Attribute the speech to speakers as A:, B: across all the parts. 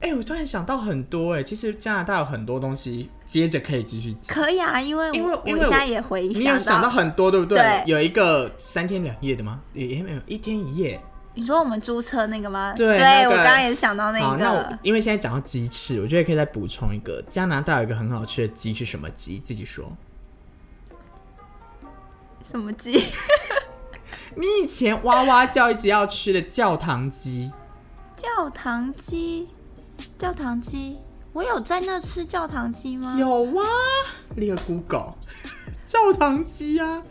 A: 哎、我突然想到很多哎、其实加拿大有很多东西，接着可以继续讲。
B: 可以啊，因为
A: 因为
B: 我
A: 因为
B: 我现
A: 我
B: 在也回
A: 你有想
B: 到
A: 到很多，对不对？
B: 对
A: 有一个三天两夜的吗？也没有，一天一夜。
B: 你说我们租车那个吗？
A: 对那个
B: 我刚刚也想到那
A: 好，
B: 一
A: 那我
B: 个
A: 因为现在讲到鸡翅，我觉得可以再补充一个，加拿大有一个很好吃的鸡是什么鸡？自己说。
B: 什么鸡，
A: 你以前哇哇叫一直要吃的教堂鸡，
B: 教堂鸡，教堂鸡，我有在那吃教堂鸡吗？
A: 有啊，列个 Google 教堂鸡啊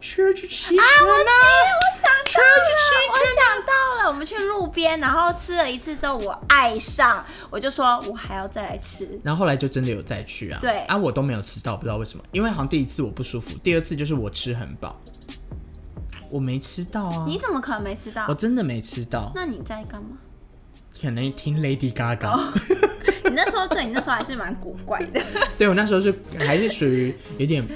A: ，Church Chicken 啊，
B: 我想到
A: Church
B: 了，我想到了，我们去路边，然后吃了一次之后，我爱上，我就说我还要再来吃。
A: 然后后来就真的有再去啊，
B: 对
A: 啊，我都没有吃到，不知道为什么，因为好像第一次我不舒服，第二次就是我吃很饱，我没吃到啊，
B: 你怎么可能没吃到
A: 我？真的没吃到，
B: 那你在干嘛？
A: 可能听 Lady Gaga，、
B: 哦你那时候对你那时候还是蛮古怪的，
A: 对我那时候是还是属于有点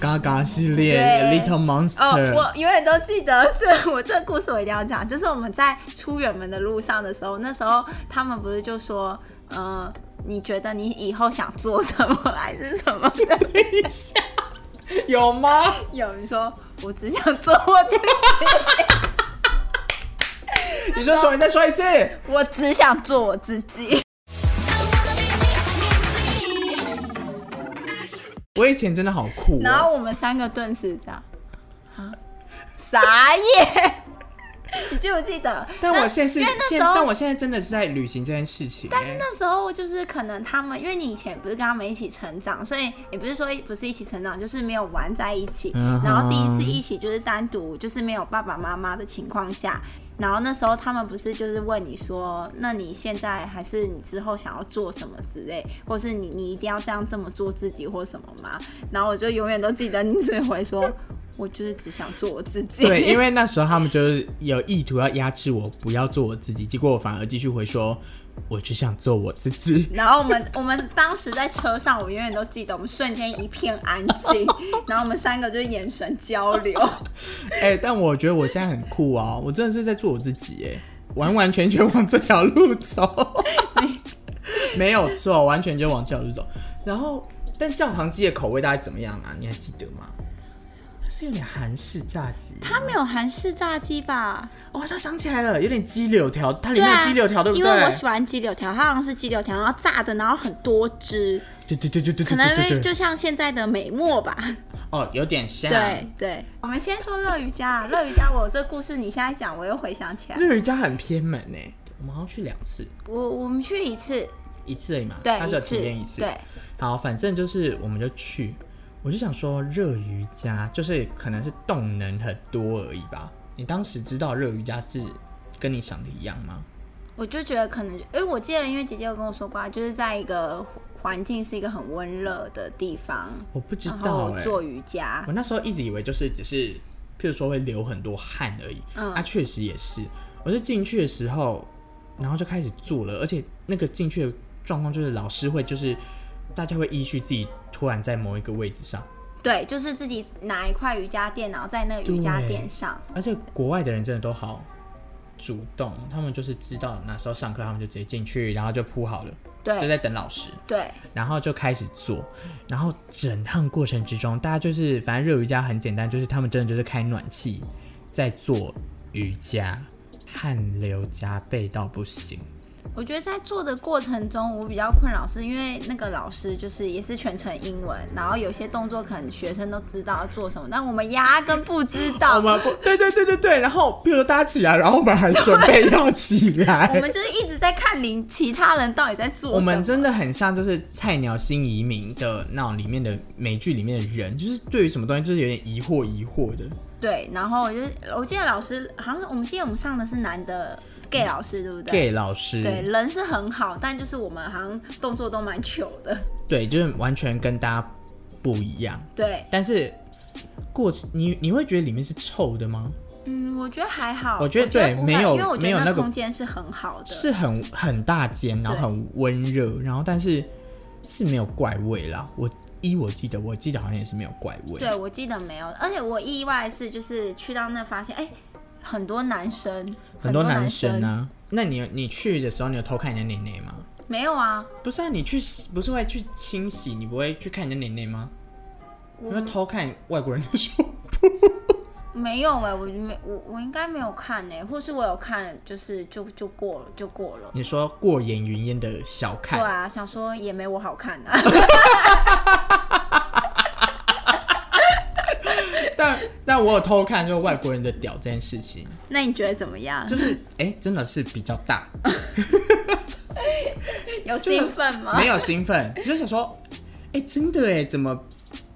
A: Gaga 系列
B: 对
A: Little
B: 哦
A: Monster，、，
B: 我永远都记得这我这个故事，我一定要讲。就是我们在出远门的路上的时候，那时候他们不是就说，呃，你觉得你以后想做什么还是什么的？
A: 有吗？
B: 有人说，我只想做我自己，
A: 你说说，你再说一次。
B: 我只想做我自己。
A: 我以前真的好酷、
B: 然
A: 哦，
B: 后我们三个顿时这样，啊，傻眼！ 你记不记得？
A: 但
B: 那
A: 我现在是
B: 因为那
A: 现，
B: 时候
A: 但我现在真的是在旅行这件事情、
B: 但是
A: 欸。
B: 那时候就是可能他们，因为你以前不是跟他们一起成长，所以也不是说不是一起成长，就是没有玩在一起。
A: 嗯哼
B: 然后第一次一起就是单独，就是没有爸爸妈妈的情况下，然后那时候他们不是就是问你说，那你现在还是你之后想要做什么之类，或是你你一定要这样这么做自己或什么吗？然后我就永远都记得你只回说，我就是只想做我自己。
A: 对，因为那时候他们就是有意图要压制我，不要做我自己，结果我反而继续回说，我只想做我自己。
B: 然后我们我们当时在车上，我永远都记得，我们瞬间一片安静，然后我们三个就是眼神交流。
A: 哎、但我觉得我现在很酷啊，我真的是在做我自己、 哎，完完全全往这条路走， 没有错，完全就往这条路走。然后，但教堂鸡的口味大概怎么样啊？你还记得吗？是有点韩式炸鸡，哦
B: 它没有韩式炸鸡吧？
A: 我好像想起来了，有点鸡柳条，它里面的鸡柳条对不
B: 啊因
A: 对？
B: 为我喜欢鸡柳条，它好像是鸡柳条，然后炸的，然后很多汁，
A: 对对对对对对
B: 可能因
A: 对
B: 为
A: 对
B: 就像现在的美墨吧。
A: 哦，有点像。
B: 对对，我们先说乐瑜伽，啊乐瑜伽，我有这故事你现在讲，我又回想起来，
A: 日语家很偏门欸呢，我们好像去两次，
B: 我我们去一次，
A: 一次而已嘛，
B: 对
A: 它只有体验一次。
B: 对，
A: 好，反正就是我们就去，我就想说热瑜伽就是可能是动能很多而已吧。你当时知道热瑜伽是跟你想的一样吗？
B: 我就觉得可能，哎、我记得因为姐姐有跟我说过啊，就是在一个环境是一个很温热的地方，
A: 我不知
B: 然
A: 道
B: 后
A: 哎、
B: 啊做瑜伽
A: 我，那时候一直以为就是只是，譬如说会流很多汗而已，
B: 嗯
A: 啊，确实也是。我是进去的时候，然后就开始做了，而且那个进去的状况就是老师会就是大家会依序自己突然在某一个位置上，
B: 对，就是自己拿一块瑜伽垫，然后在那个瑜伽垫上，
A: 而且国外的人真的都好主动，他们就是知道哪时候上课，他们就直接进去，然后就铺好了，就
B: 对
A: 在等老师。
B: 对，
A: 然后就开始做，然后整趟过程之中，大家就是反正热瑜伽很简单，就是他们真的就是开暖气在做瑜伽，汗流浃背到不 行。
B: 我觉得在做的过程中，我比较困扰是因为那个老师就是也是全程英文，然后有些动作可能学生都知道要做什么，但我们压根不 知
A: 我
B: 道。
A: 们不啊对对对对对，然后比如说大家起来，然后我们还准备要起来，
B: 我们就是一直在看邻其他人到底在做什么，
A: 我们真的很像就是菜鸟新移民的那种里面的美剧里面的人，就是对于什么东西就是有点疑惑疑惑的。
B: 对，然后我就我记得老师好像是我们记得我们上的是男的 gay 老师，对不对
A: gay 老师
B: 对，人是很好，但就是我们好像动作都蛮糗的。
A: 对就是完全跟大家不一样。
B: 对，
A: 但是过你你会觉得里面是臭的吗？
B: 嗯，我觉得还好，
A: 我觉得对
B: 不会
A: 没有
B: 因为我觉
A: 没有
B: 得
A: 那个
B: 空间是很好的。
A: 是很很大间，然后
B: 对
A: 很温热，然后但是是没有怪味啦。我依我记得，我记得好像也是没有怪味。
B: 对，我记得没有，而且我意外是就是去到那发现，哎，很多男生，
A: 很
B: 多
A: 多男
B: 生
A: 生啊，那你有你去的时候，你有偷看人家奶奶吗？
B: 没有啊，
A: 不是啊，你去洗不是会去清洗，你不会去看人家奶奶吗？你会偷看外国人的手？
B: 没有哎、我就没我我应该没有看呢、欸或是我有看，就是就就过了就过了。
A: 你说过眼云烟的小
B: 对
A: 看，
B: 啊，想说也没我好看啊。
A: 但但我有偷看就是外国人的屌这件事情，
B: 那你觉得怎么样？
A: 就是哎、诶真的是比较 大，
B: 有兴奋吗
A: 没？有兴奋，就想说，哎、真的哎，怎么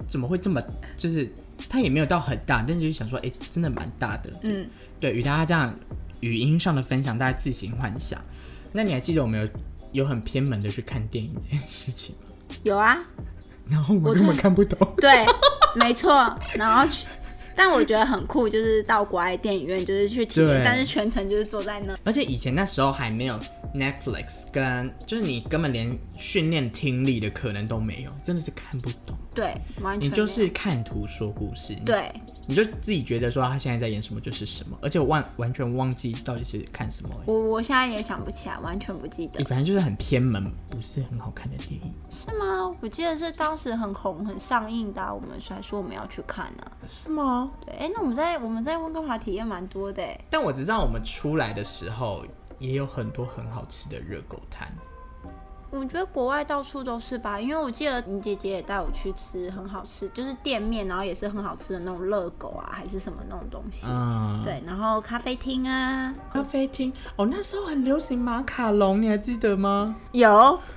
A: 怎么会这么？就是它也没有到很大，但就是想说，哎、真的蛮大的。嗯，对，与大家这样语音上的分享，大家自行幻想。那你还记得我们有有很偏门的去看电影这件事情吗？
B: 有啊，
A: 然后我们
B: 我
A: 根本看不懂。
B: 对，没错。然后去，但我觉得很酷，就是到国外电影院就是去体验
A: 对，
B: 但是全程就是坐在那。
A: 而且以前那时候还没有 Netflix，跟就是你根本连训练听力的可能都没有，真的是看不懂。
B: 对，完全
A: 你就
B: 没
A: 是看图说故事，
B: 有对，
A: 你就自己觉得说他现在在演什么就是什么，而且我忘完全忘记到底是看什么、
B: 我我现在也想不起来，完全不记得
A: 欸，反正就是很偏门，不是很好看的电影。
B: 是吗？我记得是当时很红、很上映的啊、我们还说我们要去看呢、
A: 是吗？
B: 对，哎，那我们在我们在温哥华体验蛮多的哎，
A: 但我只知道我们出来的时候也有很多很好吃的热狗摊，
B: 我觉得国外到处都是吧，因为我记得你姐姐也带我去吃很好吃，就是店面，然后也是很好吃的那种热狗啊，还是什么那种东西。
A: 嗯，
B: 对，然后咖啡厅啊，
A: 咖啡厅哦，那时候很流行马卡龙，你还记得吗？
B: 有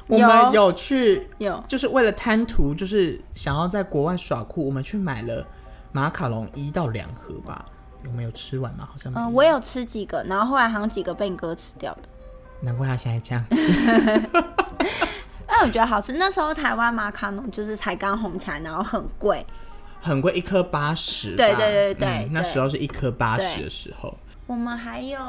A: 我们有去，
B: 有
A: 就是为了贪图，就是想要在国外耍酷，我们去买了马卡龙一到两盒吧。有没有吃完吗？好像没有
B: 嗯，我有吃几个，然后后来好像几个被你哥吃掉的。
A: 难怪他现在这样。
B: 哎，我觉得好吃。那时候台湾马卡龙就是才刚红起来，然后很贵。
A: 很贵，一颗八十吧。嗯
B: 对对对对对
A: 那时候是一颗八十的时候，
B: 我们还有，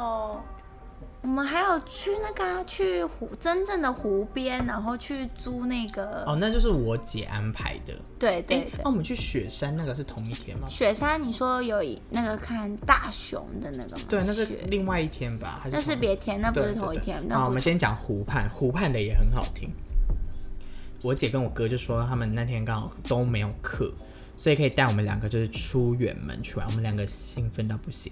B: 我们还有去那个啊、去湖真正的湖边，然后去租那个，
A: 哦，那就是我姐安排的。
B: 对对
A: 诶
B: 对。
A: 那我们去雪山那个是同一天吗？
B: 雪山，你说有一那个看大熊的那个吗？
A: 对，那是
B: 雪
A: 另外一天吧？还是
B: 那是
A: 同一
B: 别天，那不是同一天
A: 对。对对
B: 那
A: 好，
B: 不
A: 我们先讲湖畔，湖畔的也很好听。我姐跟我哥就说，他们那天刚好都没有课，所以可以带我们两个就是出远门去玩。我们两个兴奋到不行，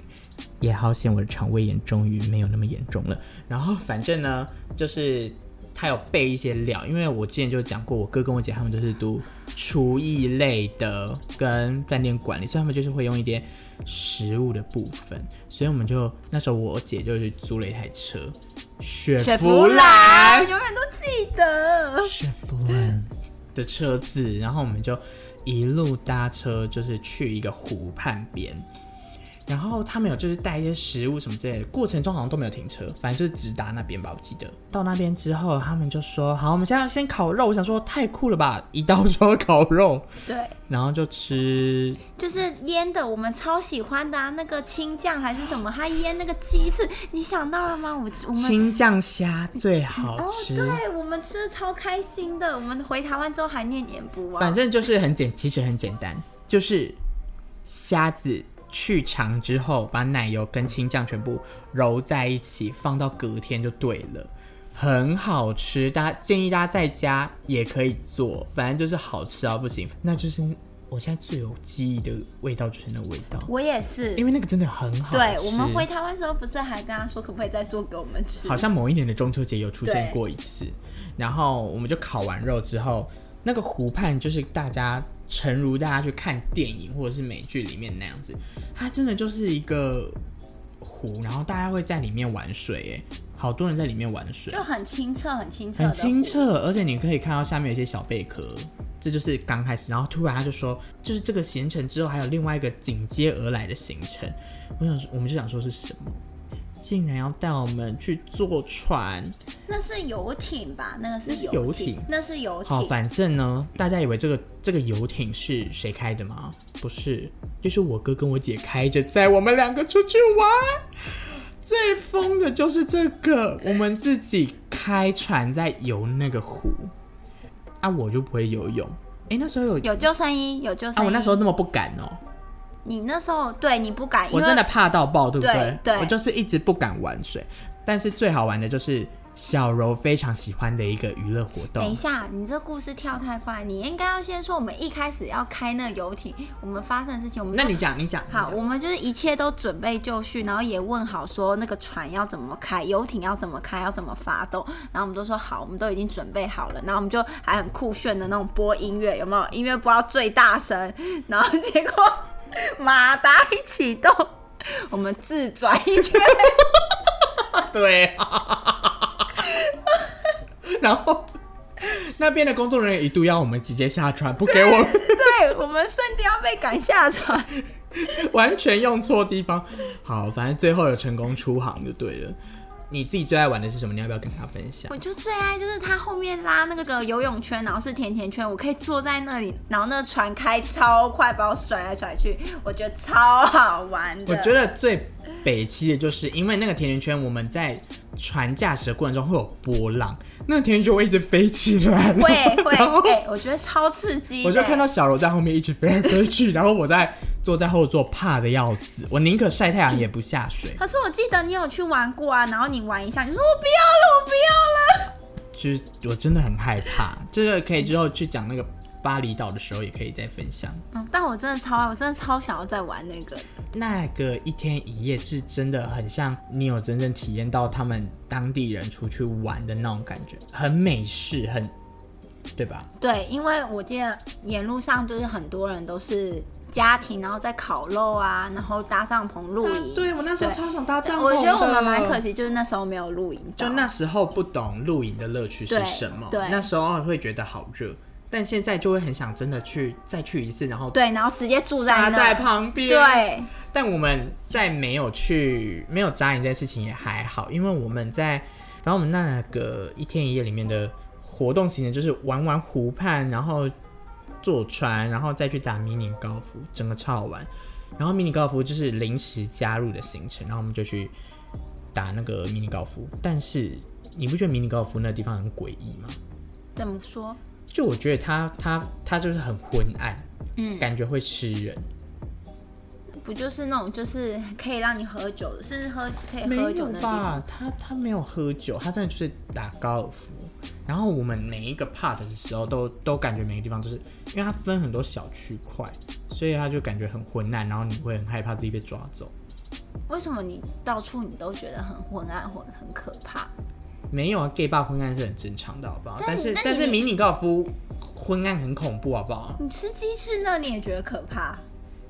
A: 也好险我的肠胃炎终于没有那么严重了。然后反正呢，就是他有备一些料，因为我之前就讲过，我哥跟我姐他们都是读厨艺类的跟饭店管理，所以他们就是会用一点食物的部分。所以我们就那时候我姐就是租了一台车，雪
B: 雪
A: 佛
B: 佛
A: 兰
B: 兰， 我，永远都记得。
A: 雪佛兰的车子，然后我们就一路搭车，就是去一个湖畔边。然后他们有就是带一些食物什么之类的，过程中好像都没有停车，反正就是直达那边吧，我记得。到那边之后，他们就说：“好，我们现在先烤肉。”我想说太酷了吧，一到就要烤肉，
B: 对，
A: 然后就吃
B: 就是腌的，我们超喜欢的啊，那个青酱还是什么，他腌那个鸡翅，你想到了吗？我我们
A: 青酱虾最好
B: 哦，
A: 吃。
B: 对，我们吃的超开心的，我们回台湾之后还念啊念不忘。
A: 反正就是很简，其实很简单，就是虾子去肠之后，把奶油跟青酱全部揉在一起，放到隔天就对了，很好吃。大家建议大家在家也可以做，反正就是好吃啊到不行。那就是我现在最有记忆的味道，就是那个味道，
B: 我也是，
A: 因为那个真的很好吃。
B: 对我们回台湾时候不是还跟他说可不可以再做给我们吃？
A: 好像某一年的中秋节有出现
B: 对
A: 过一次，然后我们就烤完肉之后，那个湖畔就是大家诚如大家去看电影或者是美剧里面那样子，它真的就是一个湖，然后大家会在里面玩水，哎，好多人在里面玩水，
B: 就很清澈，很清澈的，
A: 很清澈，而且你可以看到下面有一些小贝壳，这就是刚开始。然后突然他就说，就是这个行程之后还有另外一个紧接而来的行程，我想说我们就想说是什么，竟然要带我们去坐船。
B: 那是游艇吧？那个
A: 那
B: 是
A: 是游
B: 游
A: 艇，
B: 那是游
A: 好，
B: 艇。
A: 反正呢，大家以为这个这个游艇是谁开的吗？不是，就是我哥跟我姐开着，载我们两个出去玩。最疯的就是这个，我们自己开船在游那个湖，啊，我就不会游泳。哎、那时候有
B: 有救生衣，有救
A: 啊，
B: 生衣。
A: 我那时候那么不敢哦、
B: 你那时候对你不敢，因
A: 我
B: 为
A: 真的怕到爆，对不
B: 对对
A: 我就是一直不敢玩水，但是最好玩的就是小柔非常喜欢的一个娱乐活
B: 等一
A: 动。
B: 下，你这故事跳太快，你应该要先说我们一开始要开那个游艇，我们发生的事情，我们
A: 那你讲，你讲，
B: 好，
A: 你
B: 我们就是一切都准备就绪，然后也问好说那个船要怎么开，游艇要怎么开，要怎么发动，然后我们都说好，我们都已经准备好了，然后我们就还很酷炫的那种播音乐，有没有？音乐播到最大声，然后结果马达一启动，我们自转一圈，
A: 讲 对、啊 然后那边的工作人员一度要我们直接下船，不给我们，
B: 对我们瞬间要被赶下船。
A: 完全用错地方。好，反正最后有成功出航就对了。你自己最爱玩的是什么？你要不要跟他分享？
B: 我就最爱就是他后面拉那个游泳圈，然后是甜甜圈，我可以坐在那里，然后那船开超快，把我甩来甩去，我觉得超好玩的。
A: 我觉得最北七的就是，因为那个甜甜圈，我们在船驾驶的过程中会有波浪，那个甜甜圈会一直飞起来，
B: 会会
A: 然后，
B: 哎、我觉得超刺激的。
A: 我就看到小柔在后面一直飞来飞去，然后我在坐在后座怕的要死，我宁可晒太阳也不下水
B: 可是我记得你有去玩过啊，然后你玩一下，你就说我不要了，我不要了。
A: 就是我真的很害怕。这个可以之后去讲那个巴厘岛的时候也可以再分享。
B: 嗯，但我真的超爱，我真的超想要再玩那个。
A: 那个一天一夜是真的很像你有真正体验到他们当地人出去玩的那种感觉，很美式，很对吧？
B: 对，因为我记得沿路上就是很多人都是家庭，然后在烤肉啊，然后搭帐篷露营、啊
A: 对我那时候
B: 对
A: 超想搭帐篷的，
B: 我觉得我们蛮可惜，就是那时候没有露营到。
A: 就那时候不懂露营的乐趣是什么，
B: 对对
A: 那时候会觉得好热，但现在就会很想真的去再去一次，然后
B: 对，然后直接住在
A: 扎
B: 那。
A: 在旁边。，
B: 对，
A: 但我们在没有去没有扎营这件事情也还好，因为我们在，然后我们那个一天一夜里面的活动行程就是玩玩湖畔，然后坐船，然后再去打迷你高尔夫，整个超好玩。然后迷你高尔夫就是临时加入的行程，然后我们就去打那个迷你高尔夫。但是你不觉得迷你高尔夫那地方很诡异吗？
B: 怎么说？
A: 就我觉得它它它就是很昏暗，嗯，感觉会吃人。
B: 不就是那种就是可以让你喝酒的，是喝可以
A: 没
B: 哎喝
A: 有
B: 酒的地方。
A: 吧？他他没有喝酒，他真的就是打高尔夫。然后我们每一个 part 的时候都，都感觉每个地方就是，因为它分很多小区块，所以他就感觉很昏暗，然后你会很害怕自己被抓走。
B: 为什么你到处你都觉得很昏暗或很可怕？
A: 没有啊，gay 吧昏暗是很正常的，好不好？但
B: 但
A: 是
B: 那你
A: 但是迷你高尔夫昏暗很恐怖，好不好？
B: 你吃鸡翅那你也觉得可怕？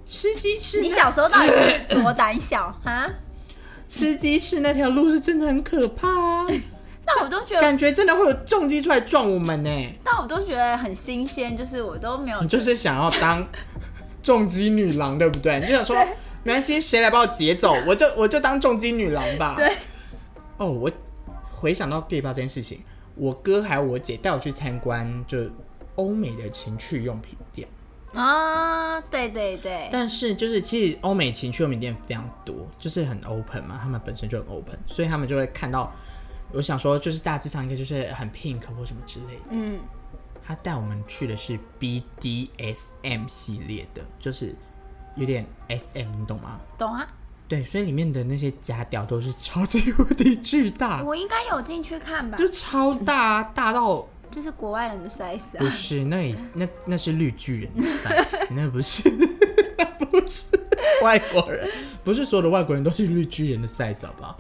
A: 吃鸡翅
B: 你
A: 那，
B: 小时候到底是多胆小 啊？
A: 吃鸡翅那条路是真的很可怕啊，
B: 但我都觉得，
A: 感觉真的会有重击出来撞我们呢、欸
B: 但我都觉得很新鲜，就是我都没有
A: 你就是想要当重击女郎，对不对？你就想说，没关系，谁来把我劫走，我就我就当重击女郎吧。
B: 对。
A: 哦，我回想到 gay 吧这件事情，我哥还有我姐带我去参观，就欧美的情趣用品店。
B: 啊，对对对，
A: 但是就是其实欧美情趣用品店非常多，就是很 open 嘛，他们本身就很 open，所以他们就会看到。我想说，就是大致上应该就是很 pink 或什么之类的。
B: 嗯，
A: 他带我们去的是 BDSM 系列的，就是有点 SM，你懂吗？
B: 懂啊。
A: 对，所以里面的那些假屌都是超级无敌巨大，
B: 我应该有进去看吧
A: 就，超大啊，大到
B: 就是国外人的 size 啊
A: 不。是那也那那是绿巨人的 size，那不是那不是外国人，不是所有的外国人都是绿巨人的 size，好不好？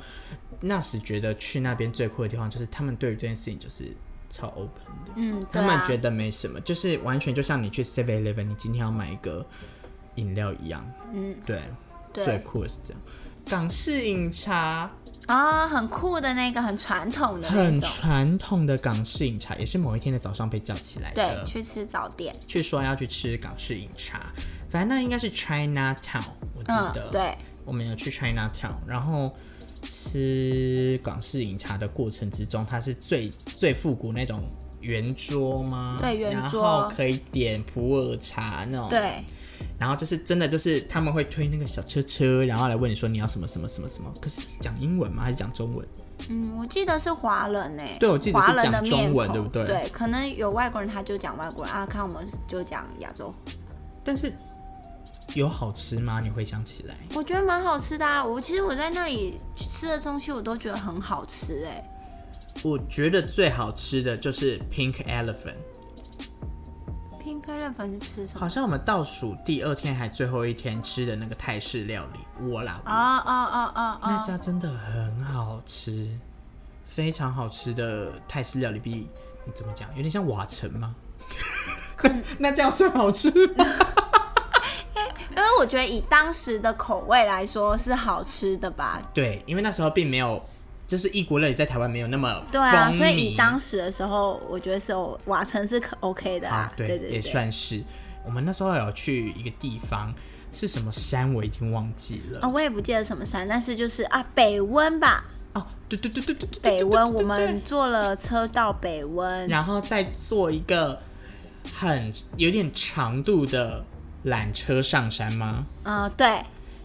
A: 那时觉得去那边最酷的地方就是他们对于这件事情就是超 open 的，
B: 嗯，
A: 他
B: 对
A: 们
B: 啊，
A: 觉得没什么，就是完全就像你去 Seven Eleven，你今天要买一个饮料一样。
B: 嗯，
A: 对，最
B: 对
A: 酷的是这样。港式饮茶
B: 啊、很酷的那个，很传统的那
A: 很
B: 种。
A: 传统的港式饮茶，也是某一天的早上被叫起来
B: 对，
A: 的，
B: 去吃早点。
A: 去说要去吃港式饮茶。反正那应该是 China Town，我记
B: 嗯
A: 得，，
B: 对，
A: 我们有去 China Town，然后吃港式饮茶的过程之中，它是最最复古那种圆桌吗？
B: 对圆桌
A: 然后可以点普洱茶那种。
B: 对，
A: 然后就是真的就是他们会推那个小车车，然后来问你说你要什么什么什么什么，可是是讲英文吗？还是讲中文？
B: 嗯，我记得是华人呢、
A: 对我记得是
B: 华人的
A: 讲中文
B: 面孔
A: 对不对
B: 对，可能有外国人他就讲外国人啊，看我们就讲亚洲。
A: 但是有好吃吗？你回想起来，
B: 我觉得蛮好吃的啊！我其实我在那里吃的东西，我都觉得很好吃哎、
A: 我觉得最好吃的就是 Pink Elephant，
B: Pink Elephant 是吃什么
A: 好？像我们倒数第二天还最后一天吃的那个泰式料理窝啦，
B: 啊啊啊啊
A: 那
B: 啊！
A: 家真的很好吃，非常好吃的泰式料理比，怎么讲，有点像瓦城吗？ 那这样算好吃吗？
B: 因为我觉得以当时的口味来说是好吃的吧。
A: 对，因为那时候并没有，就是异国料理在台湾没有那么
B: 对啊，
A: 风靡
B: 所以以当时的时候，我觉得是有瓦城是可 OK 的啊
A: 啊，，
B: 对
A: 对，
B: 对
A: 也
B: 对，
A: 算是。我们那时候有去一个地方，是什么山我已经忘记了。
B: 啊，我也不记得什么山，但是就是啊，北温吧，
A: 哦，对对对对对对，对
B: 北温，我。
A: 对对对
B: 们坐了车到北温，
A: 然后再坐一个很有点长度的缆车上山吗？
B: 嗯，
A: 哦
B: 对，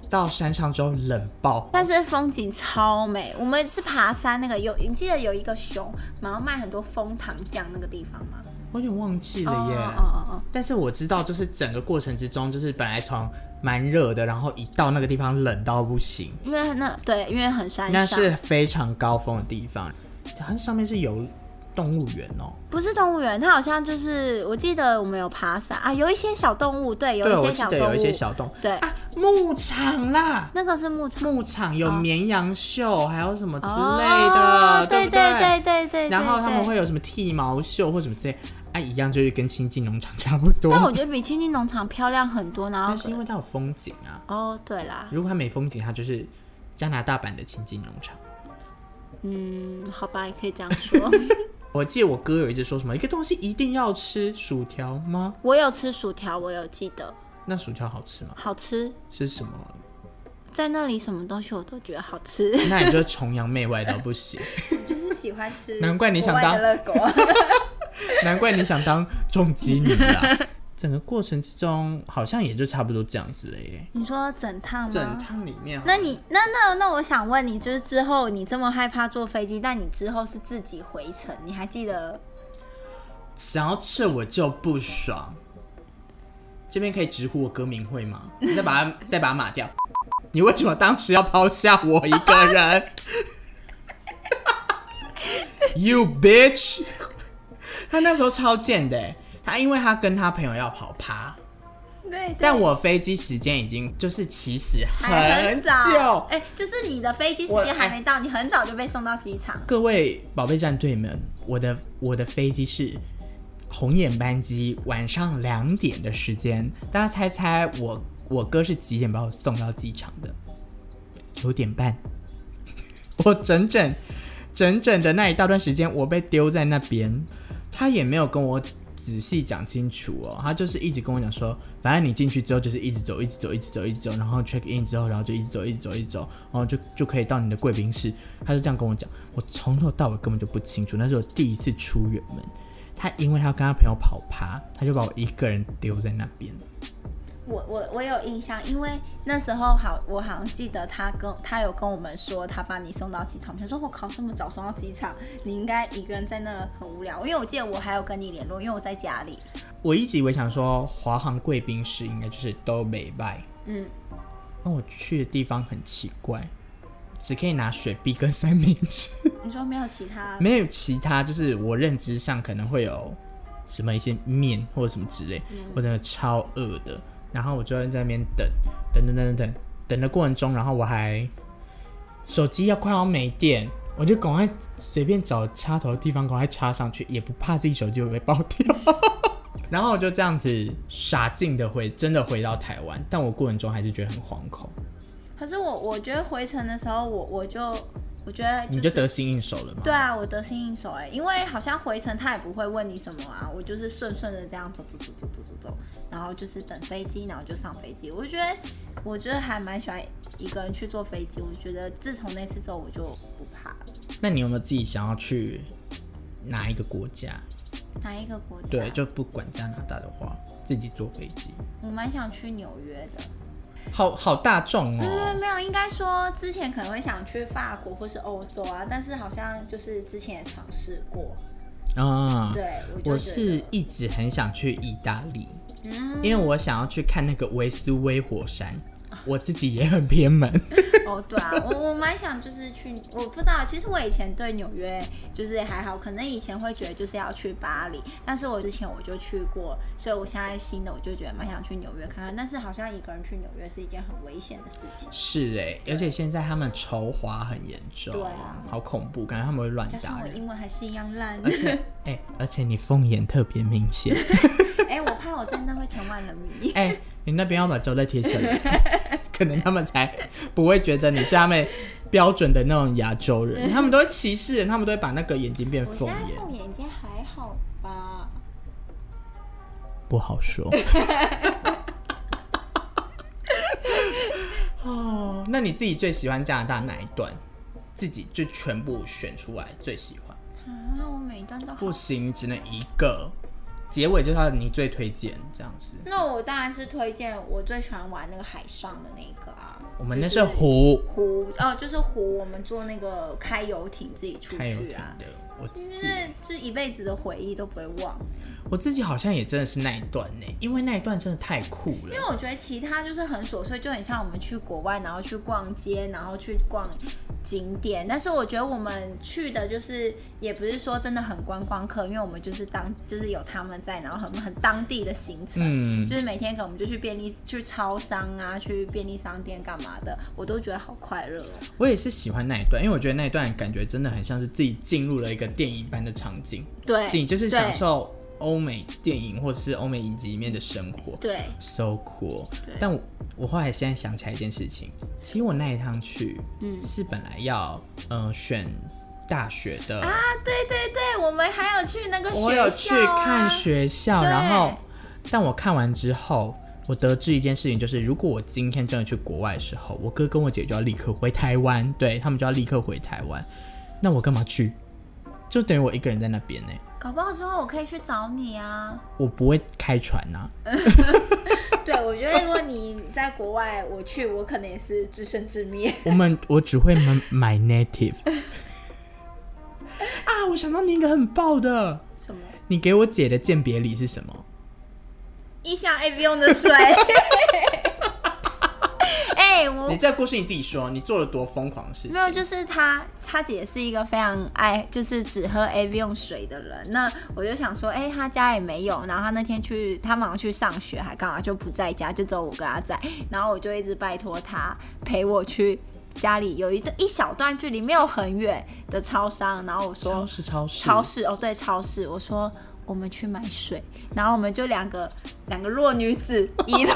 A: 到山上之后冷爆，
B: 但是风景超美。我们是爬山那个有，你记得有一个熊，然后卖很多枫糖浆那个地方吗？
A: 我有点忘记了耶。
B: 哦哦哦，
A: 但是我知道，就是整个过程之中，就是本来从蛮热的，然后一到那个地方冷到不行，
B: 因为那对，因为很山
A: 那
B: 上，
A: 是非常高峰的地方，它上面是有动物园哦。
B: 不是动物园，它好像就是我记得我们有爬山啊，有一些小动物，对，有
A: 对，
B: 一
A: 我
B: 些
A: 记
B: 小
A: 得
B: 动物，
A: 有一些小动物
B: 对，
A: 啊，牧场啦，
B: 那个是牧场
A: 牧场有绵羊秀，还有什么之类
B: 哦
A: 的，
B: 对
A: 不
B: 对对对对，
A: 然后他们
B: 对。
A: 会有什么剃毛秀或什么之类，啊，一样就是跟亲近农场差不多。
B: 但我觉得比青青农场漂亮很多，然
A: 但
B: 后
A: 是因为它有风景啊，
B: 哦，对啦，
A: 如果它没风景，它就是加拿大版的亲近农场。
B: 嗯，好吧，也可以这样说。
A: 我记得我哥有一直说什么，一个东西一定要吃薯条吗？
B: 我有吃薯条，我有记得
A: 那薯条好吃吗？
B: 好吃，
A: 是什么？
B: 在那里什么东西我都觉得好吃，
A: 那你就崇洋媚外到不行，
B: 就是喜欢吃
A: 难怪你想当
B: 国外的热狗啊。
A: 难怪你想当重击女啊！整个过程之中，好像也就差不多这样子了耶。
B: 你说整趟吗？
A: 整趟里面好像，
B: 嗯那你那那那我想问你，就是之后你这么害怕坐飞机，但你之后是自己回程，你还记得？
A: 想要吃我就不爽。这边可以直呼我歌名会吗？再把它 再把它码掉。你为什么当时要抛下我一个人 ？You bitch！他那时候超贱的欸，他因为他跟他朋友要跑趴，
B: 对，
A: 但我飞机时间已经就是其实
B: 还
A: 很
B: 很
A: 久哎
B: 早。，哎、就是你的飞机时间还没到，你很早就被送到机场。
A: 各位宝贝战队们，我的我的飞机是红眼班机，晚上两点的时间，大家猜猜我我哥是几点把我送到机场的？九点半， 我整整整整的那一大段时间，我被丢在那边，他也没有跟我仔细讲清楚哦，他就是一直跟我讲说，反正你进去之后就是一直走，一直走，一直走，一直走，然后 check in 之后，然后就一直走，一直走，一直走，然后就就可以到你的贵宾室。他就这样跟我讲，我从头到尾根本就不清楚，那是我第一次出远门。他因为他要跟他朋友跑趴，他就把我一个人丢在那边。
B: 我我我有印象，因为那时候好，我好像记得他跟他有跟我们说，他把你送到机场。我想说，我靠，这么早送到机场，你应该一个人在那很无聊。因为我记得我还有跟你联络，因为我在家里。
A: 我一直以为想说华航贵宾室应该就是都美拜，
B: 嗯，
A: 那我去的地方很奇怪，只可以拿雪碧跟三明治。
B: 你说没有其他
A: 没有其他，就是我认知上可能会有什么一些面或者什么之类，
B: 嗯
A: 我真的超饿的。然后我就在那边等，等等等等等，等的过程中，然后我还手机要快要没电，我就赶快随便找插头的地方赶快插上去，也不怕自己手机会被爆掉。 然后我就这样子傻劲的回，真的回到台湾，但我过程中还是觉得很惶恐，
B: 可是我我觉得回程的时候我，我就我觉得、就是、
A: 你就得心应手了嘛。
B: 对啊，我得心应手哎、因为好像回程他也不会问你什么啊，我就是顺顺的这样走走走走走走走，然后就是等飞机，然后就上飞机。我觉得我觉得还蛮喜欢一个人去坐飞机，我觉得自从那次之后我就不怕了。
A: 那你有没有自己想要去哪一个国家？
B: 哪一个国家？
A: 对，就不管加拿大的话，自己坐飞机，
B: 我蛮想去纽约的。
A: 好好大众
B: 嗯，
A: 哦。
B: 没有，应该说之前可能会想去法国或是欧洲啊，但是好像就是之前也尝试过，
A: 啊、
B: 对，我就
A: 我
B: 觉得
A: 是一直很想去意大利，
B: 嗯
A: 因为我想要去看那个维苏威火山。我自己也很偏 门，
B: 哦，对啊，我我蛮想就是去，我不知道，其实我以前对纽约就是还好，可能以前会觉得就是要去巴黎，但是我之前我就去过，所以我现在新的我就觉得蛮想去纽约看看，但是好像一个人去纽约是一件很危险的事情，
A: 是哎、而且现在他们仇华很严重，
B: 对啊
A: 好恐怖，感觉他们会乱
B: 加上
A: 打
B: 我
A: 人。
B: 英文还是一样烂，
A: 哎、而且你凤眼特别明显，
B: 哎、我怕我真的会成万人 迷。
A: 哎、你那边要把胶带贴起来， 可能他们才不会觉得你是他们标准的那种亚洲 人，他们都会歧视人，他们都会把那个眼睛变
B: 我现
A: 凤
B: 在
A: 眼，
B: 凤眼睛还好吧？
A: 不好说。 哦，那你自己最喜欢加拿大哪一段？自己就全部选出来最喜欢，
B: 啊，我每一段都好
A: 不行，只能一个。结尾就是要你最推荐这样子。
B: 那我当然是推荐我最喜欢玩那个海上的那个啊。
A: 我们那
B: 就是
A: 湖，
B: 湖哦，就是湖，我们坐那个开游艇自己出
A: 太有
B: 去
A: 挺
B: 啊，
A: 的，我自
B: 就
A: 己
B: 是就是一辈子的回忆都不会忘。
A: 我自己好像也真的是那一段呢，因为那一段真的太酷了
B: 因。为我觉得其他就是很琐碎，就很像我们去国外，然后去逛街，然后去逛景点。但是我觉得我们去的就是也不是说真的很观光客，因为我们就是当就是有他们在，然后很很当地的行程。
A: 嗯，
B: 就是每天可能我们就去便利去超商啊，去便利商店干嘛的，我都觉得好快乐哦。
A: 我也是喜欢那一段，因为我觉得那一段感觉真的很像是自己进入了一个电影般的场景，
B: 对，
A: 你就是
B: 对
A: 享受欧美电影或者是欧美影集里面的生活
B: 对，
A: ，so cool
B: 对。
A: 但我我后来现在想起来一件事情，其实我那一趟去，嗯，是本来要呃选大学的，
B: 啊，对对对，我们还有去那个学校、啊，
A: 我有去看学校，
B: 对
A: 然后但我看完之后。我得知一件事情，就是如果我今天真的去国外的时候，我哥跟我姐就要立刻回台湾，对他们就要立刻回台湾，那我干嘛去？就等于我一个人在那边呢、
B: 搞不好之后我可以去找 你啊。
A: 我不会开船啊呐、
B: 对，我觉得如果你在国外，我去，我可能也是自生自灭。
A: 我们我只会买买 native。啊，我想到你一个很爆的，
B: 什么？
A: 你给我姐的鉴别礼是什么？
B: 一箱 A B 用的水。 哎、我
A: 你这个故事你自己说，你做了多疯狂的事情？
B: 没有，就是她，她姐是一个非常爱，就是只喝 A V 用水的人。那我就想说，哎、她家也没有。然后她那天去，她马上去上学，还干嘛就不在家，就只有我跟她在。然后我就一直拜托她陪我去家里有一段一小段距离，没有很远的超商。然后我说
A: 超市超市
B: 超市哦，对，超市。我说我们去买水，然后我们就两个两个弱女子 一路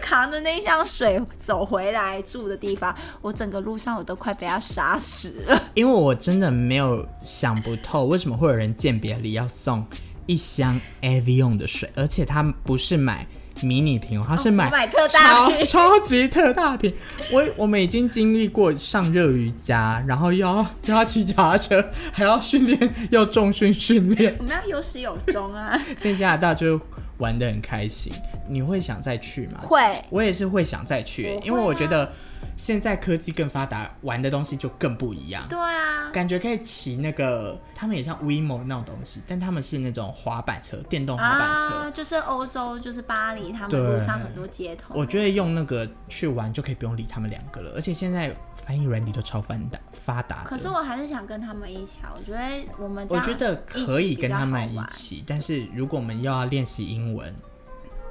B: 扛着那一箱水走回来住的地方。我整个路上我都快被他杀死了。
A: 因为我真的没有想不透，为什么会有人鉴别礼要送一箱 Avion 的水，而且他不是买迷你瓶哦，他是买、
B: 我买特大瓶
A: 超超级特大瓶。我我们已经经历过上热瑜伽，然后又要又要骑脚踏车，还要训练，要重训训练，
B: 我们要有始有终啊！
A: 在加拿大就玩得很开心。你会想再去吗？
B: 会，
A: 我也是会想再去、
B: 我会啊
A: 因为我觉得现在科技更发达，玩的东西就更不一样。
B: 对啊，
A: 感觉可以骑那个，他们也像 WeMo 那种东西，但他们是那种滑板车，电动滑板车。
B: 啊，就是欧洲，就是巴黎，他们
A: 对
B: 路上很多街头。
A: 我觉得用那个去玩就可以不用理他们两个了，而且现在翻译软体都超发达发达的。
B: 可是我还是想跟他们一起啊！我觉得我们这
A: 我
B: 样
A: 觉得可以跟他们
B: 一起比较
A: 一
B: 好玩
A: 起，但是如果我们又要练习英文，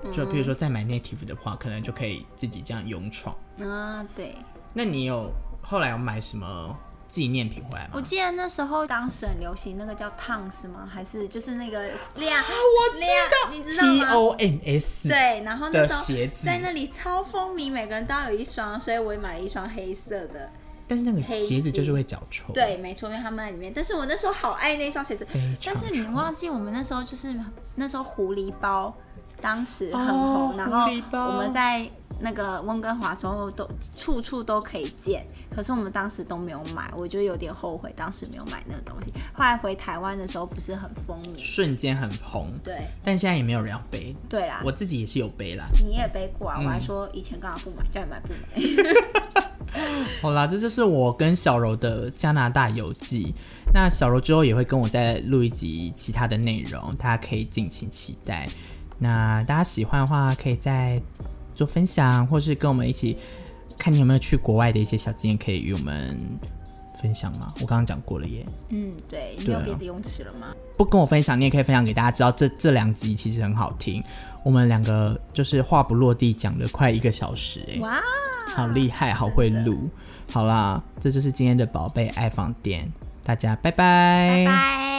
B: 嗯
A: 就譬如说再买 native 的话，可能就可以自己这样勇闯。
B: 嗯，对，
A: 那你有后来有买什么纪念品回来
B: 我
A: 吗？
B: 记得那时候当时很流行那个叫 Tons 吗？还是就是那个亮？
A: 啊我知
B: 道，你知道
A: T
B: 吗？
A: O M S，
B: 对，然后那
A: 的
B: 时候
A: 鞋子
B: 在那里超风靡，每个人都要有一双，所以我也买了一双黑色的。
A: 但是那个
B: 黑
A: 鞋子
B: 金
A: 就是会脚臭。
B: 对，没错，因为他们在里面。但是我那时候好爱那双鞋子
A: 非常，
B: 但是你
A: 丑
B: 忘记我们那时候就是那时候狐狸包当时很
A: 哦
B: 红，然后
A: 狐狸包
B: 我们在那个温哥华的时候都处处都可以见，可是我们当时都没有买，我就有点后悔当时没有买那个东西。后来回台湾的时候不是很风靡，
A: 瞬间很红，
B: 对
A: 但现在也没有人要背。
B: 对啦
A: 我。自己也是有背啦，
B: 你也背过啊！我还说以前干嘛不买，叫你买不买。
A: 好啦，这就是我跟小柔的加拿大游记。那小柔之后也会跟我再录一集其他的内容，大家可以敬请期待。那大家喜欢的话，可以再做分享，或是跟我们一起看你有没有去国外的一些小经验，可以与我们分享吗？我刚刚讲过了耶。
B: 嗯，对，你
A: 对
B: 有
A: 啊
B: 别的用词了吗？
A: 不跟我分享，你也可以分享给大家知道这。这两集其实很好听，我们两个就是话不落地讲了快一个小时、哎。
B: 哇，
A: 好厉害，好会录。好啦，这就是今天的宝贝爱放电，大家拜拜
B: 拜拜。